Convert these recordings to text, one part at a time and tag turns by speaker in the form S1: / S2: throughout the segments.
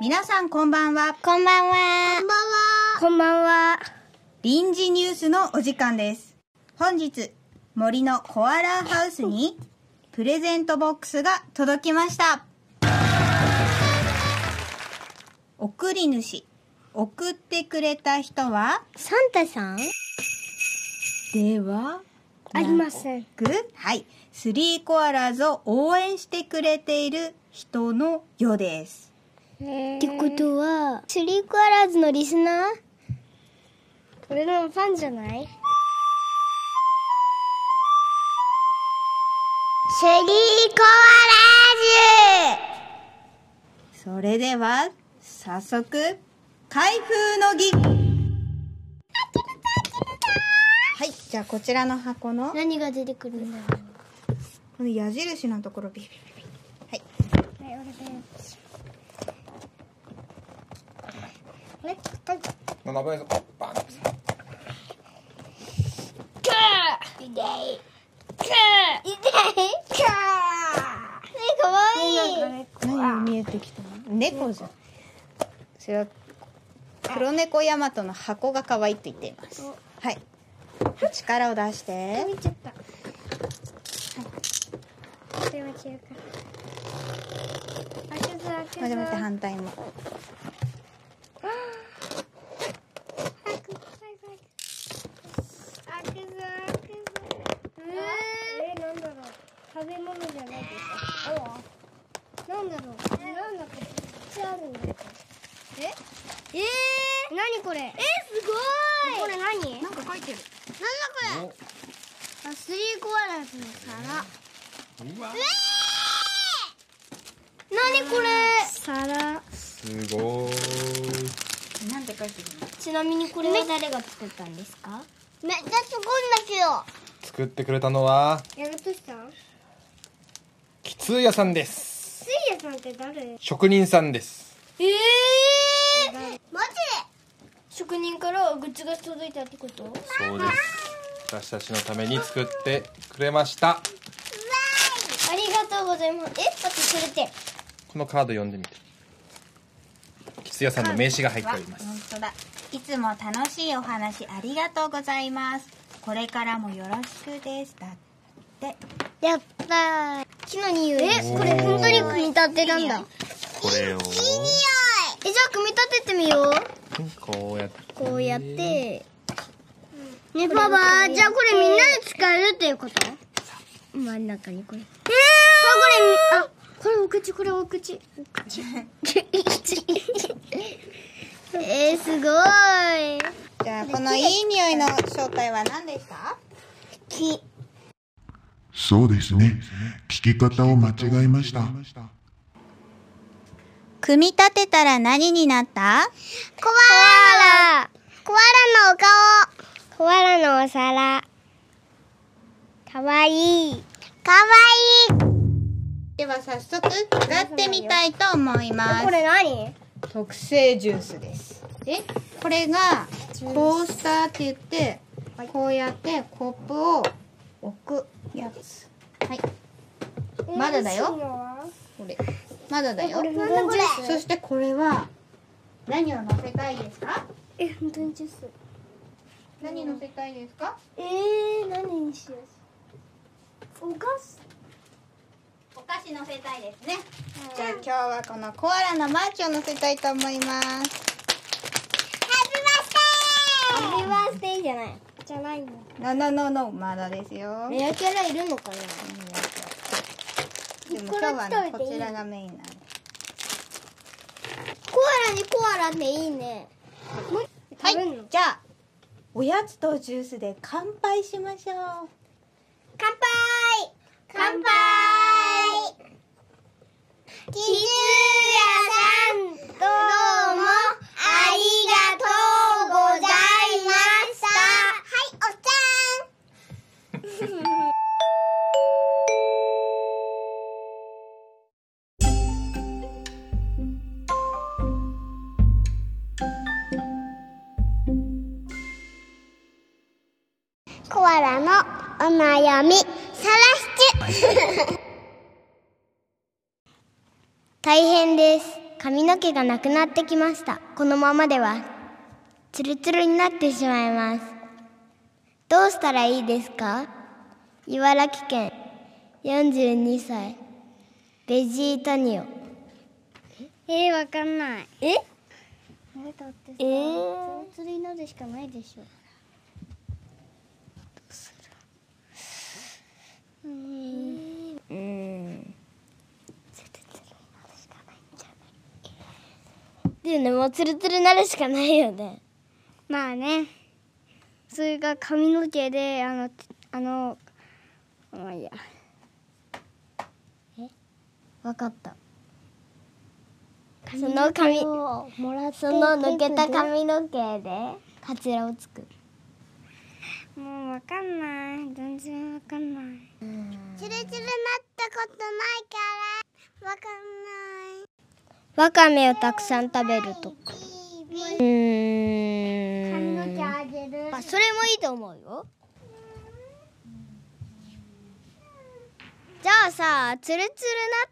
S1: 皆さんこんばんは。
S2: こんばんは。こんばんは。
S1: 臨時ニュースのお時間です。本日、森のコアラハウスに、プレゼントボックスが届きました。送り主、送ってくれた人は、
S2: サンタさん
S1: では、
S2: ありません。
S1: く、はい、スリーコアラーズを応援してくれている人のようです。
S2: ってことは、スリーコアラーズのリスナー俺のファンじゃないスリーコアラー
S1: それでは、早速、開封の儀はい、じゃあこちらの箱の、こ
S2: 何が出てくるんだろ
S1: の矢印のところビリビリビリ。はい。
S2: う。はい、俺だよ。ね、はい。
S3: 7倍速バーン
S2: 痛い痛い痛い痛いえ、かわいい
S1: 何見えてきたの猫じゃん。それは、黒猫ヤマトの箱が可愛いと言っています。はい。力を出して。
S2: 見ちゃった。はい。これは違うか。開けた開けた。
S1: 待って待って、反対も。
S2: 開く開く開く開くえー、なんだろう。食べ物じゃないですか。なんだろう。なんだこれ。こっちあるんだよえ？えー？何これ？えすごい。これ何？なんだ
S1: んか書いてる。
S2: これ？あ、スリーコアラスの皿。
S3: うわ
S2: 何これ？皿。
S3: すごーい
S1: なんて書いてるの
S2: ちなみにこれは誰が作ったんですか？めっちゃすごいんだ
S3: 作ってくれたのは
S2: けど。やるとしたん？
S3: きつう屋さんです
S2: スイヤさんって誰？え
S3: 職人さんです
S2: えマジで？職人からグッズが届いたってこと？わ
S3: そうです私たちのために作ってくれました
S2: ーい。ありがとうございます。え、待ってそれって。
S3: このカード読んでみてきつう屋さんの名刺が入っております
S1: 本当だいつも楽しいお話ありがとうございますこれからもよろしくですだって
S2: やったー。木の匂い。え、これ本当に組み立てなんだ。
S3: これ
S2: え、
S3: を
S2: じゃあ組み立ててみよう。
S3: こうやって
S2: こうやって。ね、パパ、じゃあこれみんなで使えるっていうこと真ん中にこれ。えー、あ、これみ、あ、これお口、これお口。お 口。えー、すごい。
S1: じゃあこのいい匂いの正体は何でした
S2: 木。
S4: そうですね。聞き方を間違えました。
S1: 組み立てたら何になった
S2: コアラ。コアラのお顔。コアラのお皿。かわいい。かわいい。
S1: では早速使ってみたいと思いま
S2: これ何
S1: 特製ジュースですえこれがコースターって言ってこうやってコップを置くやつはいまだだよこれまだだよ
S2: なんだこれ
S1: そしてこれは何を乗せたいですか
S2: え、本当にジュース。
S1: 何乗せたいですか
S2: えー、何にしよう。お菓子。
S1: お菓子乗せたいですね、じゃあ今日はこのコアラのマーチを乗せたいと思います
S2: ハッピーバースデーじゃない。じゃないの。
S1: ノノノノまだですよ
S2: レアキャラいるのかな。
S1: でも今日はねこちらがメインなんで
S2: コアラにコアラでいいね。
S1: はい
S2: 食べんの
S1: じゃあおやつとジュースで乾杯しましょう
S2: 乾杯。乾杯。キズヤさん、どうもありがとうございました。はい、おっちゃん。コアラのお悩み、さらしちゅ。大変です。髪の毛がなくなってきましたこのままではツルツルになってしまいますどうしたらいいですか茨城県42歳ベジータニオ
S5: えー、わかんないえ
S2: だって
S5: えー、
S2: ツルツルになるしかないでしょ
S5: でねもうツルツルなるしかないよねまあねそれが髪の毛であのあのまあいいや
S2: わかった
S5: その髪
S2: もらって
S5: その抜けた髪
S2: の毛でカツラを作る
S5: もうわかんない全然わかんない
S2: チルチルなったことないからわかんない
S5: わかめをたくさん食べるとかうーん
S2: 髪の毛あげる
S5: あそれもいいと思うよじゃあさツルツルなっ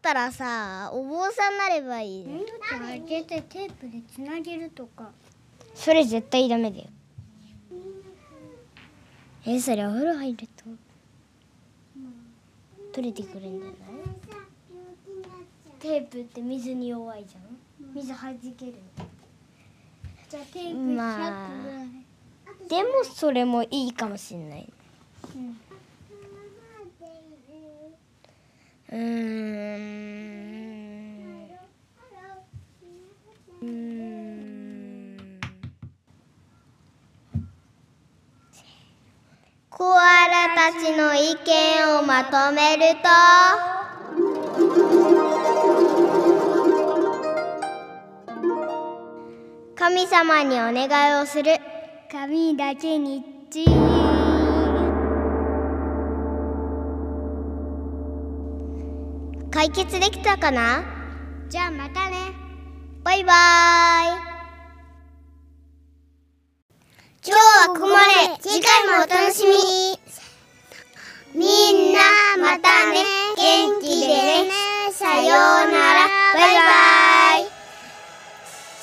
S5: たらさお坊さんになればいいね
S2: あげてテープでつなげるとか
S5: それ絶対ダメだよえそれお風呂入ると取れてくるんじゃない
S2: テープって水に弱いじゃん水はじけるじゃあテープ100
S5: まあ
S2: ぐらい
S5: でもそれもいいかもしんないうんうーん
S2: コアラたちの意見をまとめると神様にお願いをする
S5: 髪だけにち
S2: 解決できたかな
S5: じゃあまたね
S2: バイバーイ今日はここまで次回もお楽しみにみんなまたね元気でねさようならバイバイ